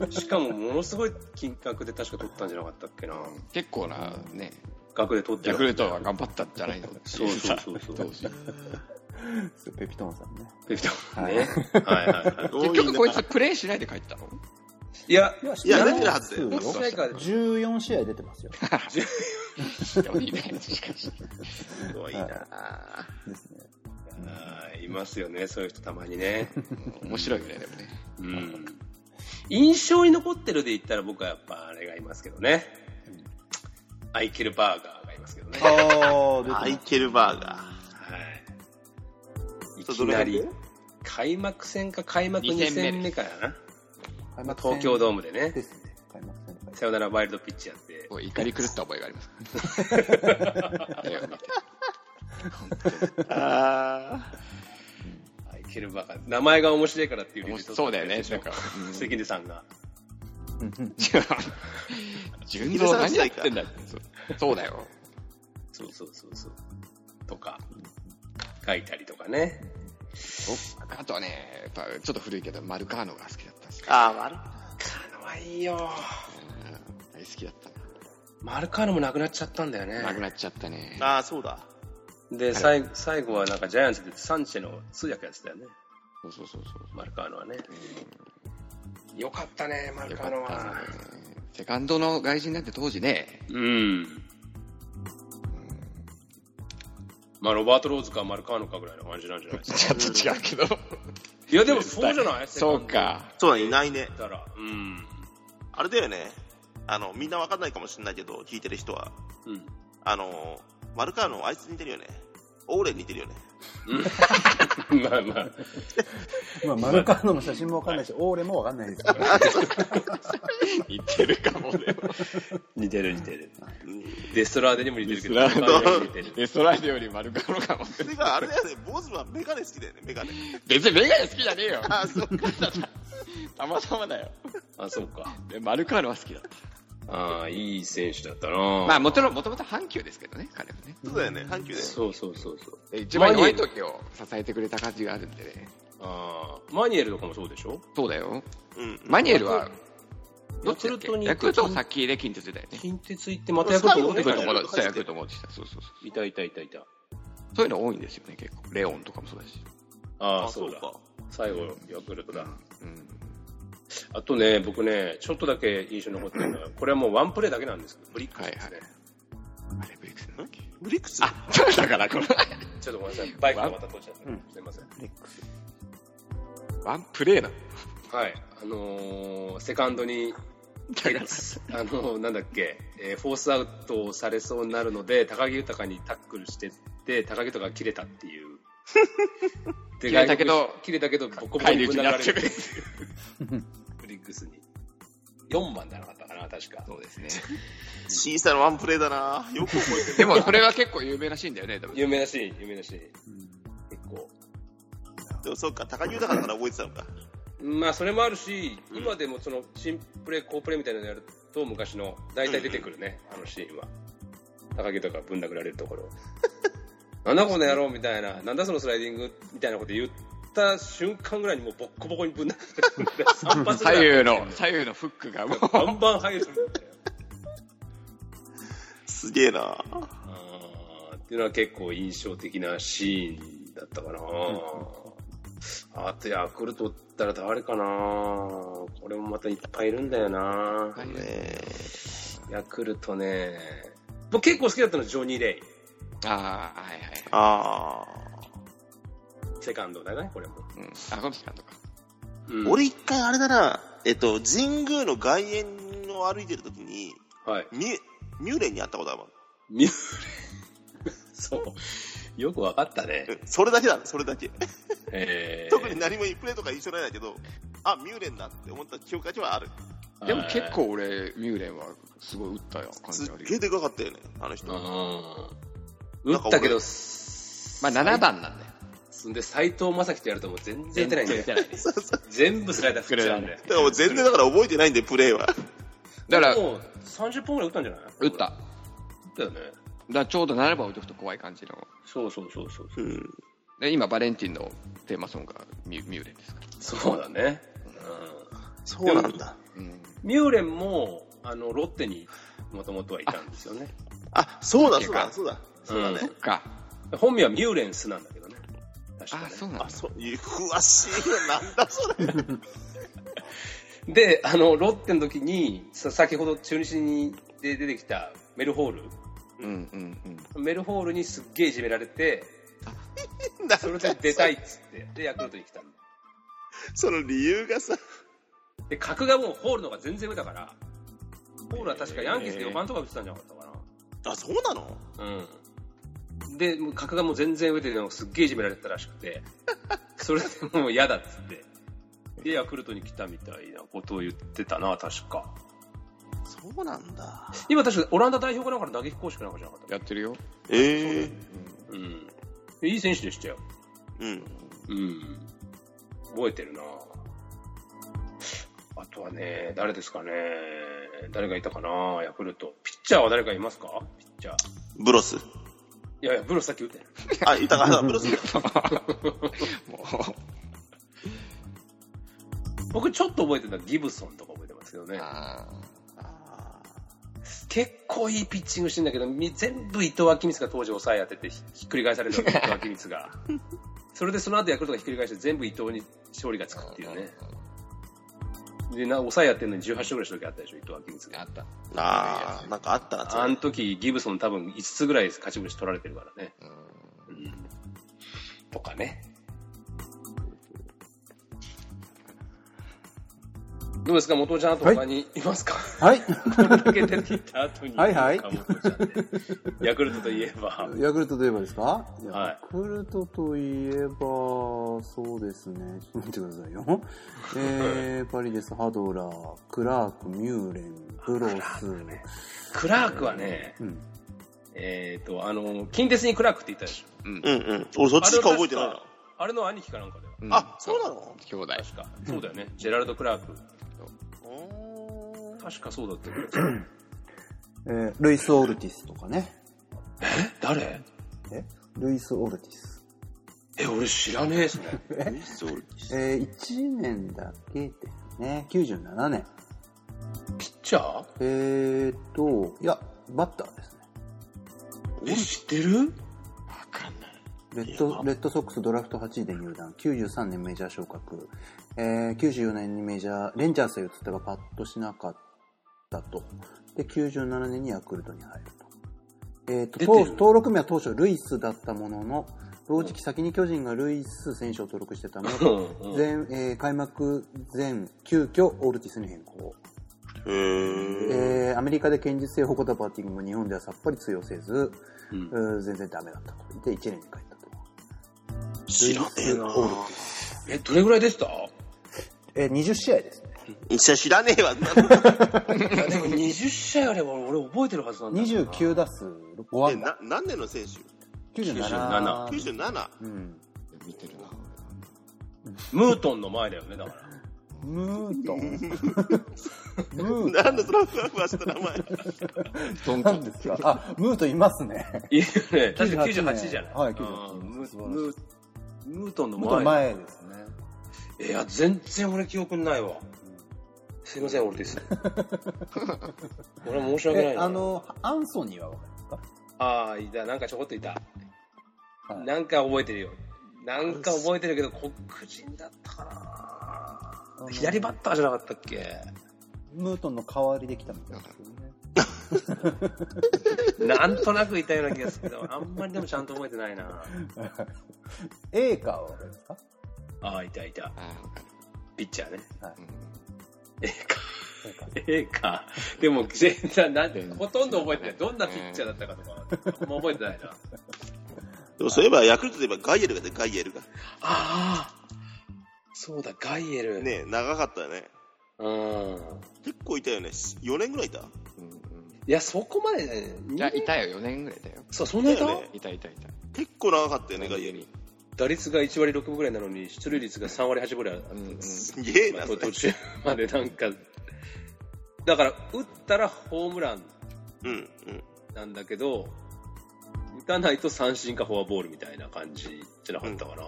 Speaker 3: は
Speaker 1: しかもものすごい金額で確か取ったんじゃなかったっけな。
Speaker 3: 結構な、ね、
Speaker 1: 額で取って
Speaker 3: ヤ
Speaker 1: る
Speaker 3: クルトは頑張ったんじゃないの
Speaker 1: そうそうそうそう
Speaker 3: 当時
Speaker 2: ペピトンさんね。
Speaker 1: 適当
Speaker 2: はい
Speaker 1: ね。はいはいはい。
Speaker 4: 多
Speaker 3: 結
Speaker 4: い
Speaker 3: 局こい
Speaker 4: な。
Speaker 3: つプレイしないで帰ったの
Speaker 1: いや、
Speaker 4: いや出てるはずだよ
Speaker 1: 何試合かで
Speaker 2: 14試合出てますよ。
Speaker 3: ひどいね、しかし。
Speaker 4: すごい
Speaker 2: はい
Speaker 4: な。
Speaker 2: ですね。
Speaker 1: はいいますよね、そういう人たまに
Speaker 3: <laughs>
Speaker 1: ね。
Speaker 3: 面白いよね、でもね。
Speaker 1: うん。印象に残ってるで言ったら僕はやっぱあれがいますけどね。アイケルバーガーがいますけどね。はい。
Speaker 2: あ
Speaker 4: マイケルバーガ
Speaker 1: い
Speaker 4: ー。
Speaker 1: きなり、開幕戦か開幕2戦目かな。
Speaker 2: 開
Speaker 1: まあ
Speaker 2: 幕戦
Speaker 1: 東京ドームでね
Speaker 3: <laughs>
Speaker 2: で。すね。開幕戦
Speaker 1: さよならワイルドピッチやって。
Speaker 3: もう怒り狂った覚えがあります。 <laughs> 絵を見て
Speaker 4: あ
Speaker 1: アイケルバーガー。名前が面白いからっていう理由で取った
Speaker 3: そうだよね、なんか。
Speaker 1: 関根さんが。
Speaker 3: 純蔵何やってんだって。 <laughs> そうだよ。
Speaker 1: そうそうそうそう。とか、書いたりとかね。
Speaker 3: あとはね、やっぱちょっと古いけど、マルカーノが好きだったんです
Speaker 4: ー。あー、悪い。
Speaker 1: カーノはいいよ。
Speaker 3: 大好きだった
Speaker 1: マルカーノもなくなっちゃったんだよ
Speaker 3: な。なく
Speaker 1: ね。
Speaker 3: なっちゃったね。
Speaker 4: ああ、そうだ。
Speaker 1: で、最最後はなんかジャイアンツでサンチェの通訳やってたよね。
Speaker 3: そうそうそうそう。
Speaker 1: マルカーノはね。よかったね、マル
Speaker 3: よ
Speaker 1: カ
Speaker 3: か
Speaker 1: ー
Speaker 3: った
Speaker 1: ノは。
Speaker 3: ね。セカンドの外人なんて当時ね、
Speaker 1: うん。まあ、ロバート・ローズか丸川のかぐらいの感じなんじゃないですか。
Speaker 5: ちょっと違うけど。
Speaker 1: いや、でもそうじゃない
Speaker 3: <laughs> そう。か。
Speaker 4: そうだ、いないね
Speaker 1: セ。カンドだったら、うん。
Speaker 4: あれだよね。あの、みんなわかんないかもしれないけど、聞いてる人は。
Speaker 1: うん。
Speaker 4: あの、マルカーのあいつ似てるよね。オーレン似てるよね。
Speaker 1: <laughs> まあまあ、
Speaker 2: まあ、マルカーノの写真もわかんないし、オーレもわかんないですよ。
Speaker 5: 似てるかもね。
Speaker 1: 似てる似てる。デストラーデにも似てるけど、
Speaker 3: デストラ
Speaker 4: ーデ
Speaker 1: 似てる。
Speaker 3: エストライドより丸顔のかも。
Speaker 4: てか、あれだよね、坊主はメガネ好きだよね、メガネ。
Speaker 3: 別にメガネ好きじゃねえよ。
Speaker 4: あ、そう。
Speaker 3: たまたまだよ。
Speaker 1: あ、そうか。
Speaker 3: で丸川のは好きだった。
Speaker 1: ああ、いい選手だったな。
Speaker 3: まあ、もともともと阪急ですけどね、彼はね。
Speaker 4: そうだよね、阪急だよね。
Speaker 1: そうそうそうそう。
Speaker 3: で一番弱い時を支えてくれた感じがあるんでね。
Speaker 1: ああ、マニエルとかもそうでしょ
Speaker 3: そうだよ。
Speaker 4: うん。
Speaker 3: マニエルは、ど
Speaker 1: ヤ
Speaker 3: っち
Speaker 1: ク
Speaker 3: だっ
Speaker 1: ル
Speaker 3: け
Speaker 1: トに行
Speaker 3: ヤ
Speaker 1: って
Speaker 3: クルトを先で近鉄だよね。
Speaker 1: 近鉄行ってまたヤクルト戻って
Speaker 3: ヤ
Speaker 1: き
Speaker 3: ク
Speaker 1: た
Speaker 3: ルト
Speaker 1: じゃん
Speaker 3: 戻
Speaker 4: 最後ね。
Speaker 3: ってきた、ヤクルト戻ってきた。そうそうそう。
Speaker 1: いたいたいたいた。
Speaker 3: そういうの多いんですよね、結構。レオンとかもそうだし。
Speaker 1: ああ、
Speaker 4: あ
Speaker 1: そうだ。
Speaker 4: そうか
Speaker 1: 最後、ヤクルトだ。
Speaker 3: うん。
Speaker 1: あとね、僕ね、ちょっとだけ印象に残ってるのは、これはもうワンプレーだけなんですけど、ブリックスですね。
Speaker 3: はいあれ、ブリックスなんだっけ
Speaker 4: ブリックス
Speaker 3: あ、そう <laughs> だから、この、
Speaker 1: ちょっとごめんなさい、バイクがまた通っちゃった。すいません。
Speaker 3: ワンプレーなの。
Speaker 1: はい、あのーセカンド
Speaker 3: <laughs>
Speaker 1: に、
Speaker 3: だから、
Speaker 1: あのーなんだっけ、えーフォースアウトされそうになるので、高木豊にタックルしてって、高木豊が切れたって
Speaker 3: <laughs>
Speaker 1: いう。で
Speaker 3: 切れたけど
Speaker 1: 外国人切れたけど、ボコボコ
Speaker 3: 返
Speaker 1: に
Speaker 3: り
Speaker 1: ぶ
Speaker 3: 討
Speaker 1: ん殴
Speaker 3: ちに
Speaker 1: ら
Speaker 3: な
Speaker 1: れ
Speaker 3: ってて
Speaker 1: る
Speaker 3: る。
Speaker 1: <laughs> ブリックスに。4番じゃなかったかな、確か。
Speaker 3: そうです
Speaker 1: <laughs>
Speaker 3: ね。
Speaker 4: 小さなワンプレーだなよく覚えてる。
Speaker 3: でも、それは結構有名らしいんだよね、多分。
Speaker 1: 有名だし、有名だし、結構。
Speaker 4: でもそうか、高木豊だから覚えてたのか。
Speaker 1: まあ、それもあるし、今でもその、新プレー、高プレーみたいなのやると、昔の、大体出てくるね、あのシーンは。高木とかぶん殴られるところ。 <laughs> なんだこの野郎みたいな、なんだそのスライディングみたいなこと言った瞬間ぐらいにもうボッコボコにぶん殴られて、3発ぐら
Speaker 3: <laughs>
Speaker 1: い
Speaker 3: 左右の、左右のフックがもう、
Speaker 1: バンバン入るんだよ。
Speaker 4: すげえな
Speaker 1: あーっていうのは結構印象的なシーンだったかな。あとヤクルトったら誰かな。これもまたいっぱいいるんだよな。
Speaker 3: はい
Speaker 1: ヤクルトね。僕結構好きだったのジョニー・レイ。
Speaker 3: ああ、はいはい。
Speaker 4: あ
Speaker 1: セカンドだね、これも。
Speaker 3: うん。あ、この時間とか。
Speaker 1: う
Speaker 4: ー
Speaker 1: ん
Speaker 4: 俺一回あれだなえっと、神宮の外苑を歩いてるときに、
Speaker 1: はい。
Speaker 4: ミュ、ミューレンに会ったことあるわ
Speaker 1: ミューレン。 <laughs> そう。よくわかったね。
Speaker 4: うんそれだけだ、それだけ。
Speaker 1: えー
Speaker 4: 特に何もプレーとか一緒ないんだけど、あ、ミューレンだって思った記憶だけはある。
Speaker 3: でも結。構俺、ミューレンはすごい打ったよ、感
Speaker 4: す
Speaker 3: じあ
Speaker 4: っ
Speaker 3: る
Speaker 4: げえでかかったよね、あの人。
Speaker 1: うん。打ったけど、
Speaker 3: まあ7番なんだよ。
Speaker 1: そんで斎藤正樹とやるともう全然打てないんだよ。
Speaker 3: ないね。
Speaker 1: <laughs> 全部スライダー振っちゃうんだよ。
Speaker 4: でもう全然だから覚えてないんで、プレーは。
Speaker 3: だから、
Speaker 1: もう30本ぐらい打ったんじゃない
Speaker 3: 打った。だか
Speaker 1: 打ったよね。
Speaker 3: らちょうど7番置いとくと怖い感じの。
Speaker 1: そうそうそうそう。
Speaker 4: うん。
Speaker 3: で、今、バレンティンのテーマソングがミュミューレンですから。
Speaker 1: そうだね。
Speaker 4: そうなんだ。
Speaker 3: うん。
Speaker 1: うん、ミューレンも、あの、ロッテにもともとはいたんですよね。
Speaker 4: あ、そうだ、
Speaker 3: だっ
Speaker 4: そ
Speaker 3: け
Speaker 4: う
Speaker 3: か
Speaker 4: だ、そうだ。そうだね。
Speaker 3: か。
Speaker 1: 本名はミューレンスなんだけどね。確か
Speaker 3: あ、そう
Speaker 1: ね。
Speaker 3: なんだ
Speaker 4: あ、。そう、いや詳しいよ、なんだそれ。
Speaker 1: で、あの、ロッテの時に、さ先ほど中日にで出てきたメルホール。
Speaker 3: うんうんうん。
Speaker 1: メルホールにすっげえいじめられて、
Speaker 4: なん
Speaker 1: それ
Speaker 4: か
Speaker 1: で出たいっつ
Speaker 3: <laughs>
Speaker 1: って、で、ヤクルトに来たんだ
Speaker 4: その理由がさ、
Speaker 1: で、格がもうホールの方が全然上だから、ホールは確かヤンキースで4番とか打ってたんじゃなかったかな。
Speaker 4: あ、そうなの
Speaker 1: うん。で、もう格がもう全然上で、なんかすっげえいじめられてたらしくて、それでもう嫌だっつって、で、ヤクルトに来たみたいなことを言ってたな、確か。
Speaker 4: そうなんだ。
Speaker 1: 今確かオランダ代表かなんかの打撃公式なんかじゃなかった
Speaker 3: やってるよ。
Speaker 4: ええ
Speaker 1: うん。でいい選手でしたよ。
Speaker 4: うん。
Speaker 1: うん。覚えてるなあとはね、誰ですかね。誰がいたかなヤクルト。ピッチャーは誰かいますかピッチャー。
Speaker 4: ブロス。
Speaker 1: いやいや、ブロスさっき打ってる。
Speaker 4: あ、いた <laughs> か、ブロス。
Speaker 3: もう。
Speaker 1: 僕ちょっと覚えてたのはギブソンとか覚えてますけどね。
Speaker 3: あ
Speaker 1: 結構いいピッチングしてんだけど、み全部伊藤昭光が当時抑え当ててひひっくり返されたの伊藤昭光 <laughs> が。それでその後ヤクルトがひっくり返して全部伊藤に勝利がつくっていうね。で、な、抑えやってんのに18勝ぐらいした時あったでしょ、伊藤昭光が。
Speaker 3: あった。
Speaker 4: あー、なんかあったな、そ
Speaker 1: あ
Speaker 4: れ
Speaker 1: の時、ギブソン多分5つぐらい勝ち星取られてるからね。
Speaker 3: うん
Speaker 1: うんとかね。どうですか、元ちゃんと他にいますか、
Speaker 2: はい。
Speaker 1: <laughs> 抜けてった後に。
Speaker 2: はいはい
Speaker 1: 元ちゃんねヤクルトといえば。
Speaker 2: <laughs> ヤクルトといえばですか、
Speaker 1: は
Speaker 2: ヤクルトといえば、そうですね。ちょっと待ってくださいよ。えー、パリです。ハドラー、クラーク、ミューレン、ブロス。
Speaker 1: クラークはね、
Speaker 2: うん。
Speaker 1: えっ、と、あの、近鉄にクラークって言ったでしょ。
Speaker 4: うんうん。俺そっちしか覚えてないな。
Speaker 1: あれの兄貴かなんかだよ。
Speaker 3: うん
Speaker 4: あ、そうなの
Speaker 3: 兄弟。
Speaker 1: 確か。そうだよね。ジェラルド・クラーク。
Speaker 4: おー
Speaker 1: 確かそうだったけど。
Speaker 2: えー、ルイス・オルティスとかね。
Speaker 1: 誰
Speaker 2: えルイス・オルティス。
Speaker 1: え、俺知らねえっすね。
Speaker 4: そう
Speaker 2: えー、1年だけですね。97年。
Speaker 1: ピッチャー
Speaker 2: えーっと、いや、バッターですね。
Speaker 1: え、知ってる
Speaker 2: レッドレッドソックスドラフト8位で入団、93年メジャー昇格、えー、94年にメジャー、レンジャーズへ移ったがパッとしなかったと。で、97年にヤクルトに入ると。えっ、と
Speaker 1: 出てる
Speaker 2: 当、登録名は当初ルイスだったものの、同時期先に巨人がルイス選手を登録してたも
Speaker 1: う <laughs>
Speaker 2: の、
Speaker 1: んうん。
Speaker 2: 全えー開幕前、急遽オルティスに変更。
Speaker 4: へー。
Speaker 2: えーアメリカで堅実性を誇ったバッティングも日本ではさっぱり通用せず、
Speaker 1: うん
Speaker 2: うー全然ダメだったと。で、1年に帰ったと。
Speaker 4: 知らねえな
Speaker 2: オルティス
Speaker 1: え、どれぐらいでした
Speaker 2: えー、20試合ですね。
Speaker 4: 一緒知らねえわ。
Speaker 1: いやでも20試合あれば俺覚えてるはずなんだけどな。
Speaker 2: 29打数5
Speaker 4: え
Speaker 2: 安打。
Speaker 4: な何年の選手
Speaker 2: 97。
Speaker 4: ?97。
Speaker 2: うん。
Speaker 3: 見てるな。
Speaker 1: ムートンの前だよね、だから。
Speaker 2: ム
Speaker 1: <laughs>
Speaker 2: ートン。ムー
Speaker 4: なんでそのふわふわした名前。
Speaker 3: どん
Speaker 2: ト
Speaker 3: ど
Speaker 2: ンなん
Speaker 3: ん。
Speaker 2: ですかあ、ムートンいますね。
Speaker 1: いやね、確か98
Speaker 2: 98
Speaker 1: じゃない
Speaker 2: はい98
Speaker 1: うんム
Speaker 2: 素
Speaker 1: ー
Speaker 2: 晴らしい
Speaker 1: ムームートンの
Speaker 2: ムートン
Speaker 1: 前。
Speaker 2: 前ですね。
Speaker 1: いや、全然俺記憶にないわ。すいません、俺です。 <laughs> 俺は申し訳ない
Speaker 2: え、
Speaker 1: な。
Speaker 2: あの、アンソニーはわかりますか
Speaker 1: ああ、いた、なんかちょこっといた。
Speaker 2: はい
Speaker 1: なんか覚えてるよ。なんか覚えてるけど、黒人だったか
Speaker 2: あの
Speaker 1: な左バッターじゃなかったっけ
Speaker 2: ムートンの代わりできたみたいですよね。
Speaker 1: なんとなくいたような気がするけど、あんまりでもちゃんと覚えてないな。
Speaker 2: エーカーはわかりますか
Speaker 1: ああ、いたいた。
Speaker 3: あーわかる
Speaker 1: ピッチャーね。
Speaker 3: うん
Speaker 1: ええか。ええか。でも、全然、なんて、ほとんど覚えてない。どんなピッチャーだったかとか、あんま覚えてないな。
Speaker 4: でもそういえば、ヤクルトで言えばガイエルがで、ガイエルが。
Speaker 1: ああ、そうだ、ガイエル。
Speaker 4: ねえ長かったよね。
Speaker 1: うん。
Speaker 4: 結構いたよね。4年ぐらいいた。
Speaker 3: うんうん
Speaker 1: いや、そこまでね、
Speaker 3: いや、いたよ、4年ぐらいだよ。
Speaker 1: そう、そんなにいた
Speaker 4: だよね
Speaker 3: いたいたいた。
Speaker 4: 結構長かったよね、ガイエル。
Speaker 1: 打率が1割6分ぐらいなのに、出塁率が3割8分ぐらいあ
Speaker 3: うんうん。
Speaker 4: すげえ
Speaker 1: ま
Speaker 4: な、
Speaker 1: あ
Speaker 4: それ。
Speaker 1: 途中までなんか、だから、打ったらホームラン
Speaker 4: うん、うん。
Speaker 1: なんだけど、打たないと三振かフォアボールみたいな感じじゃなかったかな。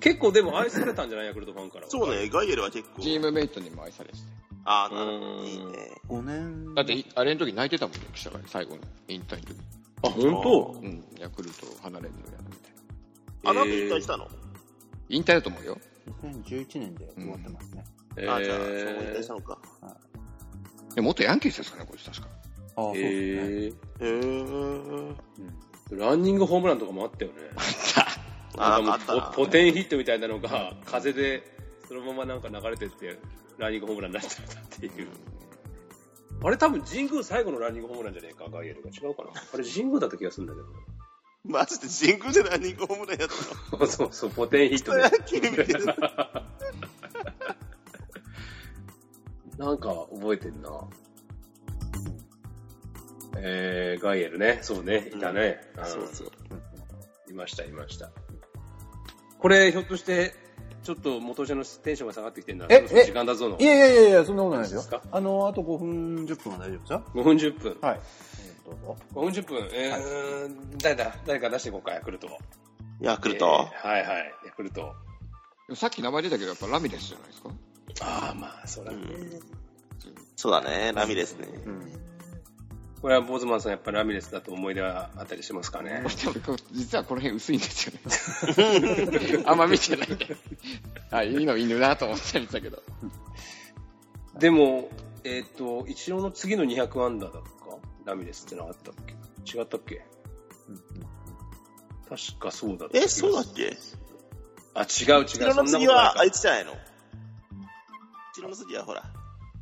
Speaker 1: 結構でも愛されたんじゃないヤクルトファンからは。
Speaker 4: そうね、ガイエルは結構。
Speaker 3: チームメイトにも愛されてて。
Speaker 4: あ
Speaker 1: う
Speaker 4: あ、なるほど。いい
Speaker 1: ん。
Speaker 4: ね。
Speaker 2: 5年。
Speaker 3: だってい、あれの時泣いてたもんね、記者が最後の引退の時。
Speaker 1: あ、本当
Speaker 3: うん、ヤクルトを離れるのやなみたいな。
Speaker 4: あ、なんで引退したの
Speaker 3: 引退だと思うよ。
Speaker 2: 2011年で終わってますね。
Speaker 1: え
Speaker 4: あ、じゃあ、そう引退したのか。
Speaker 3: で元ヤンキースですかね、こいつ確か。
Speaker 2: ああ、そうですね。
Speaker 1: え
Speaker 4: へえ。
Speaker 1: ランニングホームランとかもあったよね。
Speaker 4: あ
Speaker 1: なんかもう
Speaker 4: あったな
Speaker 1: ポポテンヒットみたいなのが、風で、そのままなんか流れてって、ランニングホームランになっちゃったっていう。あれ多分神宮最後のランニングホームランじゃねえか、ガイエルが。違うかな。あれ神宮だった気がするんだけ
Speaker 4: マジで真空でランニングホームランやった
Speaker 1: ど。 <laughs>
Speaker 4: の。
Speaker 1: そうそう、ポテンヒットで。
Speaker 4: 野球見てる。
Speaker 1: <laughs> なんか覚えてんな。えー、ガイエルね。そうね。いたね。ん
Speaker 4: そうそう。
Speaker 1: いました、いました。これ、ひょっとして、ちょっと元社のテンションが下がってきてるな。
Speaker 2: え
Speaker 1: そろそろ
Speaker 2: え
Speaker 1: 時間だぞの。
Speaker 2: いやいやいやいや、そんなことないですよ
Speaker 1: ですか。
Speaker 2: あの、あと5分10分は大丈夫ですよ。
Speaker 1: 5分10分。
Speaker 2: はい。どうぞ。
Speaker 1: 5分10分。えー誰だ誰か出していこうか、ヤクルトを。
Speaker 4: ヤクル
Speaker 1: え
Speaker 4: ト。
Speaker 1: ーはいはい、ヤクルト。
Speaker 3: でもさっき名前出たけど、やっぱラミレスじゃないですか。
Speaker 1: ああ、まあ、そら、
Speaker 4: そうだね、ラミレスね。
Speaker 1: これはボーズマンさん、やっぱりラミレスだと思い出はあったりしますかね。
Speaker 3: でも実はこの辺薄いんですよね。 <laughs> あんま見てないんで。あ、いいの犬だと思って見てたけど。
Speaker 1: でも、えっ、と、イチローの次の200アンダーだとか、ラミレスってなかったっけ違ったっけ確かそうだった
Speaker 4: え、そうだっけ
Speaker 1: あ、違う違う。そん
Speaker 4: 白
Speaker 1: な
Speaker 4: の
Speaker 1: ことない
Speaker 4: 次
Speaker 1: か
Speaker 4: は、あいつじゃないの白の次はほら、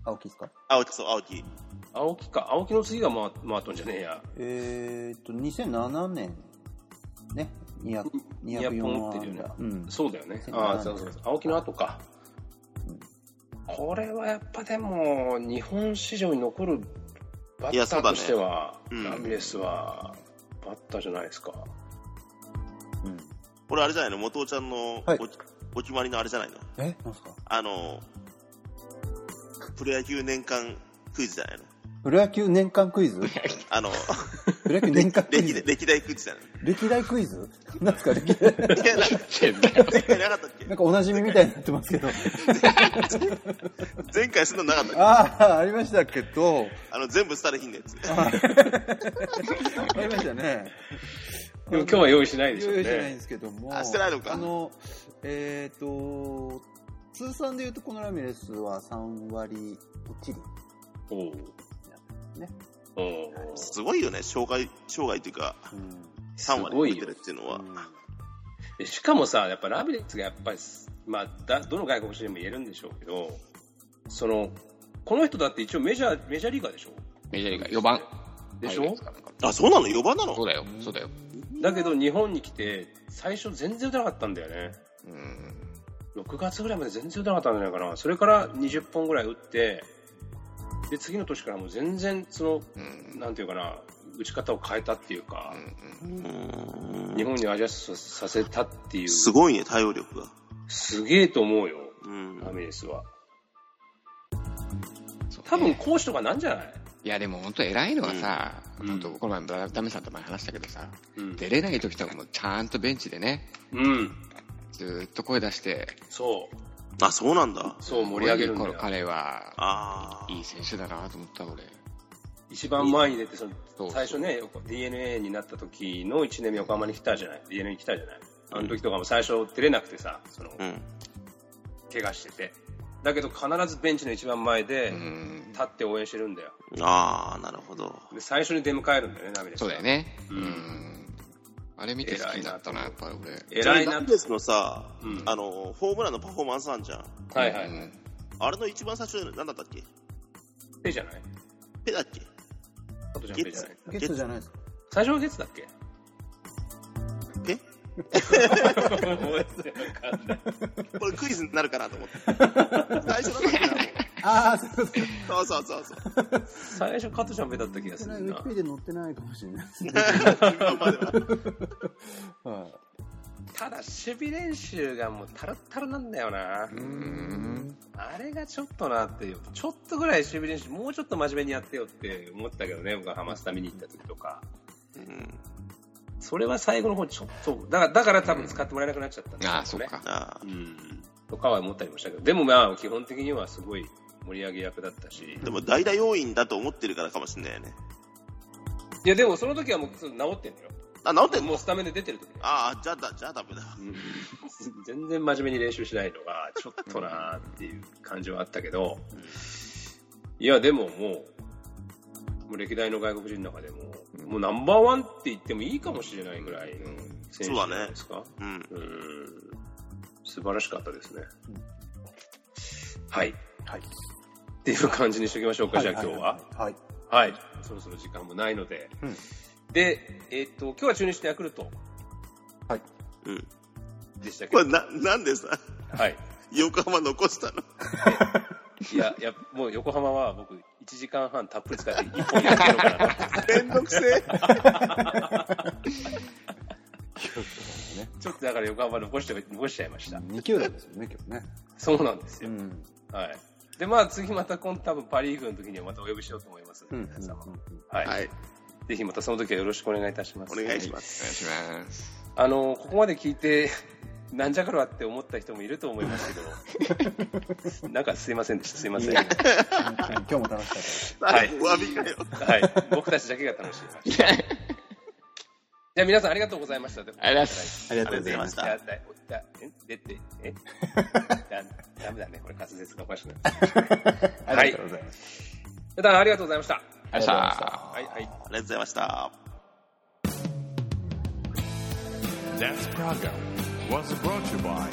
Speaker 2: 青木ですか
Speaker 4: 青木、そう、青木。
Speaker 1: 青木か。青木の次がマーマートンじゃねえや。
Speaker 2: えーっと、2007年、ね、200
Speaker 1: ニアポン持ってるよね
Speaker 2: 204うん。
Speaker 1: そうだよね
Speaker 2: そ。うだね
Speaker 1: ああ、そうそうそう。青木の後か。これはやっぱでも、日本市場に残るバ
Speaker 4: い
Speaker 1: ッ
Speaker 4: や
Speaker 1: タ
Speaker 4: そう
Speaker 1: ー
Speaker 4: だ
Speaker 1: と
Speaker 4: ね
Speaker 1: しては、
Speaker 4: うん
Speaker 1: ラミレスはバッターじゃないですか。
Speaker 2: うん
Speaker 4: これあれじゃないの元尾ちゃんのお,、
Speaker 2: はい
Speaker 4: お決まりのあれじゃないの
Speaker 2: えなんすか
Speaker 4: あの、プロ野球年間クイズじゃないの
Speaker 2: プロ野球年間クイ
Speaker 1: <laughs>
Speaker 2: ズ
Speaker 4: あの、
Speaker 2: プロ野球年間クイ
Speaker 4: 歴
Speaker 2: ズ
Speaker 4: 代歴代クイズじゃない
Speaker 2: 歴代クイズなんすか歴 <laughs> 代
Speaker 1: <laughs>
Speaker 4: のいや、なんか
Speaker 3: 言ってんだよ。
Speaker 4: <laughs> 前回なかったっけ
Speaker 2: なんかおなじみみたいになってますけど。
Speaker 4: 前回そんなのなかったっ
Speaker 2: <laughs>
Speaker 4: け
Speaker 2: ああ、ありましたけ <laughs> ど、
Speaker 4: あの、全部スタルヒンのやつ。
Speaker 2: ありましたね。
Speaker 1: でも今日は用意しないでしょう
Speaker 2: 用意してないん
Speaker 1: ね。
Speaker 2: ですけども、
Speaker 4: あしてないのか
Speaker 2: あの、えっ、と、通算で言うとこのラミレスは3割1厘。
Speaker 1: おう
Speaker 2: ね
Speaker 1: おう
Speaker 4: すごいよね、生涯、生涯っていうか、
Speaker 2: うん
Speaker 4: 3
Speaker 1: す
Speaker 4: 割
Speaker 1: ごい
Speaker 4: 出
Speaker 1: よ
Speaker 4: てるっていうのは。
Speaker 1: でしかもさ、やっぱラビレッツがやっぱり、まあ、だどの外国人でも言えるんでしょうけど、その、この人だって一応メジャー、メジャーリーガーでしょ
Speaker 3: メジャーリーガー4番。
Speaker 1: でしょ、
Speaker 3: はい
Speaker 4: あ、そうなの ?4 番なの
Speaker 3: そうだよ、そうだよ。
Speaker 1: だけど日本に来て、最初全然打たなかったんだよね。
Speaker 3: うん。
Speaker 1: 6月ぐらいまで全然打たなかったんじゃないかな。それから20本ぐらい打って、で、次の年からもう全然、その、
Speaker 3: うん。
Speaker 1: なんていうかな、打ち方を変えたっていうか、日
Speaker 4: うーん
Speaker 1: 本にアジャストさせたっていう、
Speaker 4: すごいね、対応力が。
Speaker 1: すげえと思うよ、
Speaker 4: うん。
Speaker 1: ラミレスは。
Speaker 3: そう
Speaker 1: 多分、講師とかなんじゃない
Speaker 3: いや、でも本当偉いのはさ、
Speaker 1: うん
Speaker 3: 本当この前もダメさんと前話したけどさ、
Speaker 1: うん。
Speaker 3: 出れない時とかもちゃんとベンチでね、
Speaker 1: うん。
Speaker 3: ずーっと声出して、
Speaker 1: そう。
Speaker 4: あ、そうなんだ。
Speaker 1: そう、盛り上げるんだ
Speaker 3: この
Speaker 1: よ。
Speaker 3: 彼は、
Speaker 4: あー
Speaker 3: いい選手だなと思った、俺。
Speaker 1: 一番前に出て、そ
Speaker 3: そう
Speaker 1: の、最初ね、DNA になった時の1年目横浜に来たじゃない ?DNA に来たじゃないあの時とかも最初出れなくてさ、その、
Speaker 4: うん。
Speaker 1: 怪我してて。だけど必ずベンチの一番前
Speaker 3: う
Speaker 1: で、
Speaker 3: ん。
Speaker 1: 立って応援してるんだよ。
Speaker 4: ああ、なるほど。
Speaker 1: で、最初に出迎えるんだよね、ナミレス。
Speaker 3: そうだよ。ね。
Speaker 1: うん
Speaker 3: うん。あれ見て好きになったな、やっぱり俺。
Speaker 1: 偉いな
Speaker 4: ラミ。レスのさ、
Speaker 1: うん
Speaker 4: あの、ホームランのパフォーマンスあんじゃん。
Speaker 1: はいはい。
Speaker 3: うん
Speaker 4: あれの一番最初、なんだったっけ
Speaker 1: ペじゃない
Speaker 4: ペだっけ
Speaker 1: あとじゃん
Speaker 4: ゲ
Speaker 1: ペじゃ
Speaker 4: ッ
Speaker 1: ない
Speaker 2: ゲッツじゃないですか。
Speaker 1: 最初はゲツだっけ
Speaker 4: ペこれクイズになるかなと思
Speaker 1: <laughs>
Speaker 4: って。最初だったっ
Speaker 2: ああ、そうですか。
Speaker 4: けなそうそ
Speaker 1: <laughs>
Speaker 4: うそうそう。
Speaker 1: 最初カトジャンペだった気が
Speaker 2: 載って
Speaker 1: す
Speaker 2: ない
Speaker 1: る
Speaker 2: ウィ
Speaker 1: な
Speaker 2: キ。ペディア載ってないかもしれないですね。
Speaker 4: 今までは。
Speaker 2: は
Speaker 1: <laughs> ただ、守備練習がもうタルッタルなんだよな。
Speaker 2: い。うん。
Speaker 1: あれがちょっとなっていう、ちょっとぐらい守備練習、もうちょっと真面目にやってよって思ったけどね、僕がハマスタ見に行った時とか。
Speaker 4: うん
Speaker 1: それは最後の方ちょっと、だから、だから多分使ってもらえなくなっちゃったんだよね
Speaker 3: ああ、そっか。
Speaker 4: あ
Speaker 1: うん。とかは思ったりもしたけど、でもまあ、基本的にはすごい盛り上げ役だったし
Speaker 4: ー。でも代打要員だと思ってるからかもしれないよね。
Speaker 1: いや、でもその時はもう治ってんのよ。
Speaker 4: あ、治ってんの
Speaker 1: もうスタメンで出てる時だよ
Speaker 4: ああ、じゃあだ、じゃあダメだ。
Speaker 1: うん全然真面目に練習しないのが、ちょっとなーっていう感じはあったけど、いや、でももう、もう歴代の外国人の中でも、もうナンバーワンって言ってもいいかもしれないぐらいの選手じゃないですか。
Speaker 4: うん。
Speaker 1: うん素晴らしかったですね。はい。
Speaker 2: はい。
Speaker 1: っていう感じにしておきましょうか、じゃあ今日は。
Speaker 2: はい。
Speaker 1: はい。そろそろ時間もないので。
Speaker 2: うん
Speaker 1: で、えっと、今日は中日とヤクルト
Speaker 2: はい。
Speaker 4: うん。
Speaker 1: でしたけど
Speaker 4: これ、な、なんでさ、
Speaker 1: はい。
Speaker 4: 横浜残したの
Speaker 1: いや、いや、もう横浜は僕、1時間半たっぷり使って一本やってるから
Speaker 4: めんどくせえ。
Speaker 1: ちょっとだから横浜残して、残しちゃいました。
Speaker 2: 2球団ですよね、今日ね。
Speaker 1: そうなんです
Speaker 2: う
Speaker 1: よ。
Speaker 2: ん。
Speaker 1: はい。で、まあ次また今度多分パリーグの時にはまたお呼びしようと思いますので、
Speaker 2: うん。
Speaker 1: 皆様。
Speaker 2: う
Speaker 1: はい、
Speaker 4: はい。
Speaker 1: ぜひまたその時はよろしくお願いいたします。
Speaker 4: お願いし
Speaker 1: ま
Speaker 4: ます。
Speaker 3: お願いします。
Speaker 1: す。あの、ここまで聞いて、なんじゃこらって思った人もいると思いますけど、なんかすいませんでした、すいません。は
Speaker 2: ん今日も楽しかったです。
Speaker 1: はい
Speaker 4: お詫びかよ。
Speaker 1: い。僕たちだけが楽しい話。じゃあ皆さんありがとうございました。ありがとう
Speaker 3: ありがとうございます。
Speaker 2: ありが
Speaker 4: とうございまし
Speaker 1: じ
Speaker 4: た
Speaker 1: ゃあ、だいだえ出て、え <laughs> だダメだね、これ滑舌がおかしくなる。
Speaker 2: ありがとうございました。
Speaker 1: 普段ありがとうございました。
Speaker 3: あ
Speaker 2: 哎
Speaker 3: りがとうございました。
Speaker 1: はい、はい。
Speaker 4: ありがとうございました。
Speaker 6: That's Praga was brought to you by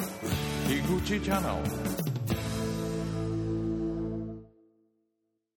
Speaker 6: Higuchi Channel.